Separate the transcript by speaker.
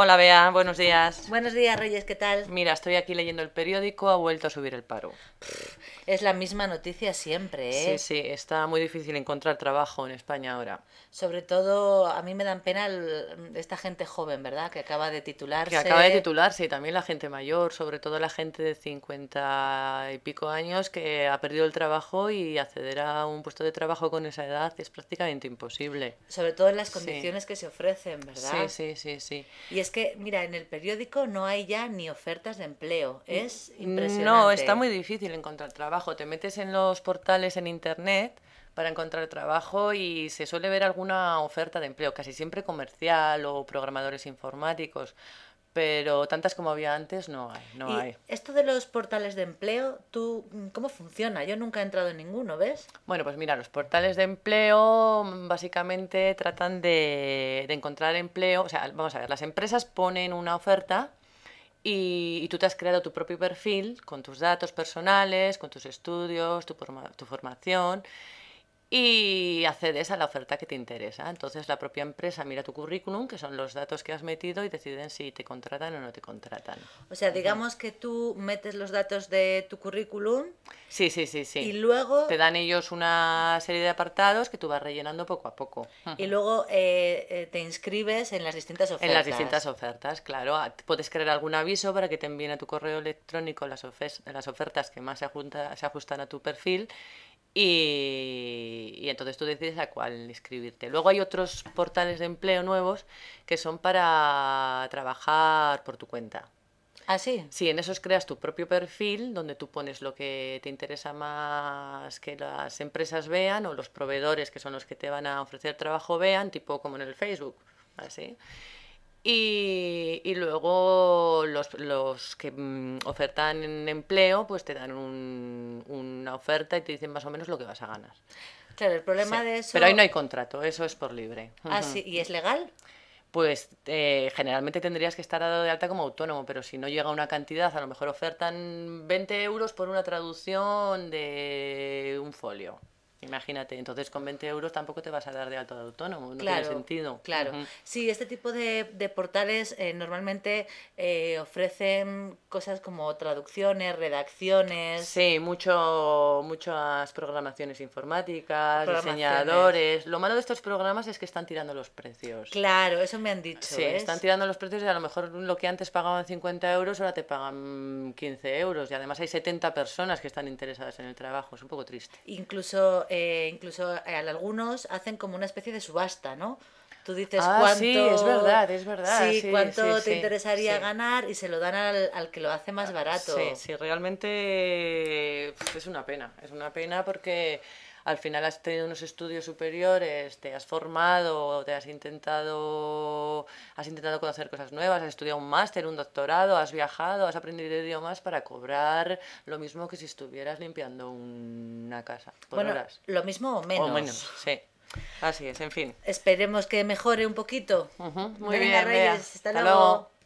Speaker 1: Hola Bea, buenos días.
Speaker 2: Buenos días, Reyes, ¿qué tal?
Speaker 1: Mira, estoy aquí leyendo el periódico, ha vuelto a subir el paro.
Speaker 2: Es la misma noticia siempre, ¿eh?
Speaker 1: Sí, sí, está muy difícil encontrar trabajo en España ahora.
Speaker 2: Sobre todo, a mí me dan pena el- esta gente joven, ¿verdad? Que acaba de titularse.
Speaker 1: Que acaba de titularse y también la gente mayor, sobre todo la gente de 50 y pico años que ha perdido el trabajo y acceder a un puesto de trabajo con esa edad es prácticamente imposible.
Speaker 2: Sobre todo en las
Speaker 1: Sí.
Speaker 2: condiciones que se ofrecen, ¿verdad?
Speaker 1: Sí, sí, sí, sí.
Speaker 2: Y es que, mira, en el periódico no hay ya ni ofertas de empleo. Es impresionante.
Speaker 1: Mm, No, está muy difícil encontrar trabajo. Te metes en los portales en internet para encontrar trabajo y se suele ver alguna oferta de empleo, casi siempre comercial o programadores informáticos, pero tantas como había antes no hay, no
Speaker 2: Y
Speaker 1: hay.
Speaker 2: esto de los portales de empleo, ¿tú mm, cómo funciona? Yo nunca he entrado en ninguno, ¿ves?
Speaker 1: Bueno, pues mira, los portales de empleo mm, básicamente tratan de, de encontrar empleo. O sea, vamos a ver, las empresas ponen una oferta y, y tú te has creado tu propio perfil con tus datos personales, con tus estudios, tu, forma- tu formación y accedes a la oferta que te interesa. Entonces la propia empresa mira tu currículum, que son los datos que has metido y deciden si te contratan o no te contratan.
Speaker 2: O sea, digamos que tú metes los datos de tu currículum
Speaker 1: Sí, sí, sí, sí.
Speaker 2: y luego
Speaker 1: Te dan ellos una serie de apartados que tú vas rellenando poco a poco.
Speaker 2: Y luego eh, eh, te inscribes en las distintas ofertas.
Speaker 1: En las distintas ofertas, claro. A- Puedes crear algún aviso para que te envíen a tu correo electrónico las, ofes- las ofertas que más se, ajunta- se ajustan a tu perfil y, y entonces tú decides a cuál inscribirte. Luego hay otros portales de empleo nuevos que son para trabajar por tu cuenta.
Speaker 2: Ah, sí.
Speaker 1: Sí, en esos creas tu propio perfil donde tú pones lo que te interesa más que las empresas vean o los proveedores que son los que te van a ofrecer trabajo vean, tipo como en el Facebook, así. Y, y luego los, los que mm, ofertan en empleo pues te dan un- una oferta y te dicen más o menos lo que vas a ganar.
Speaker 2: Claro, el problema
Speaker 1: Sí.
Speaker 2: de eso.
Speaker 1: Pero ahí no hay contrato, eso es por libre.
Speaker 2: Ah,
Speaker 1: Ujú.
Speaker 2: sí, ¿y es legal?
Speaker 1: Pues eh, generalmente tendrías que estar dado de alta como autónomo, pero si no llega una cantidad, a lo mejor ofertan 20 euros por una traducción de un folio. Imagínate, entonces con 20 euros tampoco te vas a dar de alta de autónomo, no
Speaker 2: claro.
Speaker 1: tiene sentido.
Speaker 2: Claro.
Speaker 1: Ujú.
Speaker 2: Sí, este tipo de, de portales eh, normalmente eh, ofrecen cosas como traducciones, redacciones.
Speaker 1: Sí, mucho, muchas programaciones informáticas,
Speaker 2: Programaciones.
Speaker 1: diseñadores. Lo malo de estos programas es que están tirando los precios.
Speaker 2: Claro, eso me han dicho.
Speaker 1: Sí,
Speaker 2: ¿ves?
Speaker 1: están tirando los precios y a lo mejor lo que antes pagaban 50 euros ahora te pagan 15 euros y además hay 70 personas que están interesadas en el trabajo, es un poco triste.
Speaker 2: Incluso, eh, incluso eh, algunos hacen como una especie de subasta, ¿no? Tú dices
Speaker 1: Ah,
Speaker 2: cuánto.
Speaker 1: sí, es verdad, es verdad,
Speaker 2: Sí,
Speaker 1: sí,
Speaker 2: cuánto
Speaker 1: sí,
Speaker 2: te
Speaker 1: sí,
Speaker 2: interesaría
Speaker 1: sí. Ah,
Speaker 2: ganar y se lo dan al, al que lo hace más barato.
Speaker 1: Sí, sí, realmente pf, es una pena, es una pena porque al final has tenido unos estudios superiores, te has formado, te has intentado, has intentado conocer cosas nuevas, has estudiado un máster, un doctorado, has viajado, has aprendido idiomas para cobrar lo mismo que si estuvieras limpiando una casa por
Speaker 2: bueno,
Speaker 1: horas.
Speaker 2: lo mismo o menos.
Speaker 1: O menos, sí. Así es, en fin.
Speaker 2: Esperemos que mejore un poquito.
Speaker 1: Ujú, Muy
Speaker 2: Venga,
Speaker 1: bien, Bea.
Speaker 2: Reyes, hasta luego.